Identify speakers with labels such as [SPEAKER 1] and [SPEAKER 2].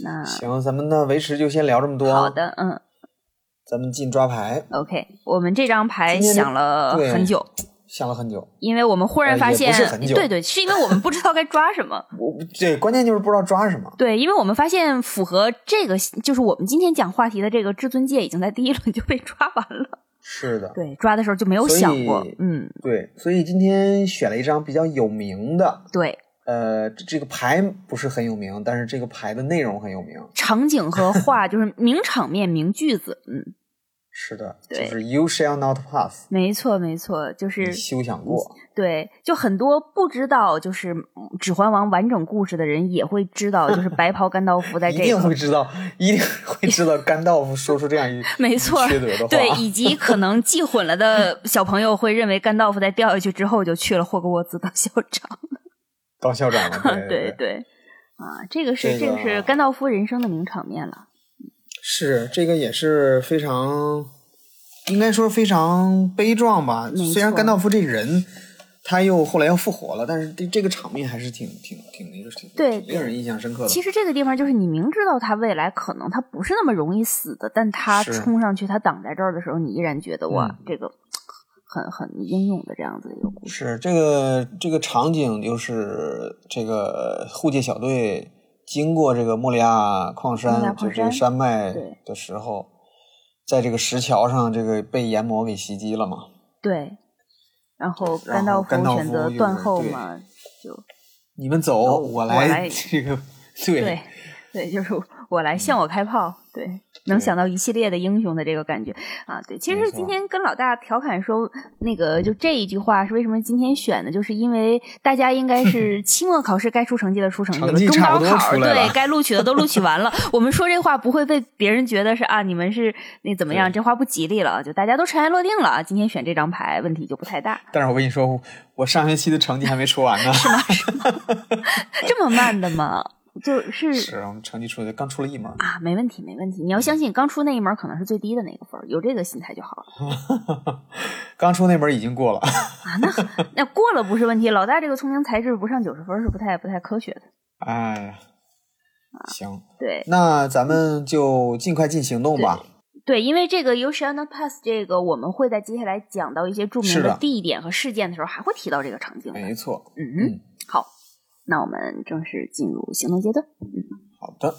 [SPEAKER 1] 那
[SPEAKER 2] 行，咱们呢维持就先聊这么多。
[SPEAKER 1] 好，的，嗯
[SPEAKER 2] 咱们进抓牌，
[SPEAKER 1] ，OK，我们这张牌
[SPEAKER 2] 今天
[SPEAKER 1] 想了
[SPEAKER 2] 对
[SPEAKER 1] 很久，
[SPEAKER 2] 想了很久，
[SPEAKER 1] 因为我们忽然
[SPEAKER 2] 呃
[SPEAKER 1] 发
[SPEAKER 2] 也不
[SPEAKER 1] 现
[SPEAKER 2] 是，很久
[SPEAKER 1] 对对，是因为我们不知道该抓什 么。
[SPEAKER 2] 我对，关键就是不知道抓什么。
[SPEAKER 1] 对，因为我们发现符合这个，就是我们今天讲话题的这个至尊戒已经在第一轮就被抓完了。
[SPEAKER 2] 是的，
[SPEAKER 1] 对，抓的时候就没有
[SPEAKER 2] 所以
[SPEAKER 1] 想过，嗯，
[SPEAKER 2] 对，所以今天选了一张比较有名的，
[SPEAKER 1] 对，
[SPEAKER 2] 呃，这这个牌不是很有名，但是这个牌的内容很有名。
[SPEAKER 1] 场景 和话就是名场面、名句子，嗯，
[SPEAKER 2] 是的，就
[SPEAKER 1] 对
[SPEAKER 2] 是 You shall not pass，
[SPEAKER 1] 没错没错，就是
[SPEAKER 2] 你休想过。
[SPEAKER 1] 对，就很多不知道就是《嗯指环王》完整故事的人也会知道，就是白袍甘道夫 在
[SPEAKER 2] 一
[SPEAKER 1] 这
[SPEAKER 2] 定
[SPEAKER 1] 个
[SPEAKER 2] 会。知道，一定会知道甘道夫说出这样一
[SPEAKER 1] 没错
[SPEAKER 2] 缺德的话。
[SPEAKER 1] 对，以及可能记混了的小朋友会认为甘道夫在掉下去之后就去了霍格沃兹当校长。
[SPEAKER 2] 当校 长了，对
[SPEAKER 1] 对
[SPEAKER 2] 对，
[SPEAKER 1] 对，啊，这个是
[SPEAKER 2] 这
[SPEAKER 1] 这
[SPEAKER 2] 个
[SPEAKER 1] 个是甘道夫人生的名场面了。
[SPEAKER 2] 是这个也是非常，应该说非常悲壮吧。
[SPEAKER 1] 没错
[SPEAKER 2] 虽然甘道夫这人，他又后来又复活了，但是这这个场面还是挺挺挺那个挺
[SPEAKER 1] 对
[SPEAKER 2] 挺令人印象深刻的。
[SPEAKER 1] 其实这个地方就是你明知道他未来可能他不是那么容易死的，但他
[SPEAKER 2] 是
[SPEAKER 1] 冲上去，他挡在这儿的时候，你依然觉得哇，
[SPEAKER 2] 嗯
[SPEAKER 1] 这个很很英勇的这样子的一个故事。
[SPEAKER 2] 是这个这个场景，就是这个护戒小队经过这个莫利亚矿
[SPEAKER 1] 莫利亚
[SPEAKER 2] 山，
[SPEAKER 1] 矿
[SPEAKER 2] 就
[SPEAKER 1] 山
[SPEAKER 2] 这个山脉
[SPEAKER 1] 对
[SPEAKER 2] 的时候，在这个石桥上，这个被炎魔给袭击了嘛。
[SPEAKER 1] 对，然后
[SPEAKER 2] 然
[SPEAKER 1] 甘
[SPEAKER 2] 后
[SPEAKER 1] 道夫
[SPEAKER 2] 甘道
[SPEAKER 1] 选
[SPEAKER 2] 夫
[SPEAKER 1] 择
[SPEAKER 2] 就是
[SPEAKER 1] 断后
[SPEAKER 2] 对
[SPEAKER 1] 嘛，就
[SPEAKER 2] 你们走，
[SPEAKER 1] 哦
[SPEAKER 2] 我
[SPEAKER 1] 我
[SPEAKER 2] 来
[SPEAKER 1] 来
[SPEAKER 2] 这个
[SPEAKER 1] 对对，就是我来向我开炮，对，能
[SPEAKER 2] 嗯对
[SPEAKER 1] 想到一系列的英雄的这个感觉啊，对，其
[SPEAKER 2] 没
[SPEAKER 1] 实
[SPEAKER 2] 错
[SPEAKER 1] 今天跟老大调侃说，那个就这一句话是为什么今天选的，就是因为大家应该是 期末考试该出成绩的出成绩
[SPEAKER 2] 成绩
[SPEAKER 1] 了，中
[SPEAKER 2] 差
[SPEAKER 1] 高
[SPEAKER 2] 不多
[SPEAKER 1] 考
[SPEAKER 2] 出来了
[SPEAKER 1] 对该录取的都录取完了， 我们说这话不会被别人觉得是啊你们是那怎么样，
[SPEAKER 2] 对
[SPEAKER 1] 这话不吉利了，啊就大家都尘埃落定了啊，今天选这张牌问题就不 太大，
[SPEAKER 2] 但是我跟你说，我上学期的成绩还没出完呢。
[SPEAKER 1] 这么慢的吗？ 就是
[SPEAKER 2] 是，我们成绩出的刚出了一门。
[SPEAKER 1] 啊，没问题，没问题。你要相信，刚出那一门可能是最低的那个分儿，有这个心态就好 了
[SPEAKER 2] 刚出那门已经过了。
[SPEAKER 1] 啊。那那过了不是问题，老大这个聪明才智不上九十分儿是不太不太科学的。
[SPEAKER 2] 哎呀，行，
[SPEAKER 1] 对
[SPEAKER 2] 那咱们就尽快进行动吧。
[SPEAKER 1] 对，因为这个 You Shall Not Pass 这个，我们会在接下来讲到一些著
[SPEAKER 2] 是
[SPEAKER 1] 名
[SPEAKER 2] 的哎
[SPEAKER 1] 的地点和事件的时候，还会提到这个场景的。
[SPEAKER 2] 没错，
[SPEAKER 1] 嗯，好，那我们正式进入行动阶段。
[SPEAKER 2] 好的。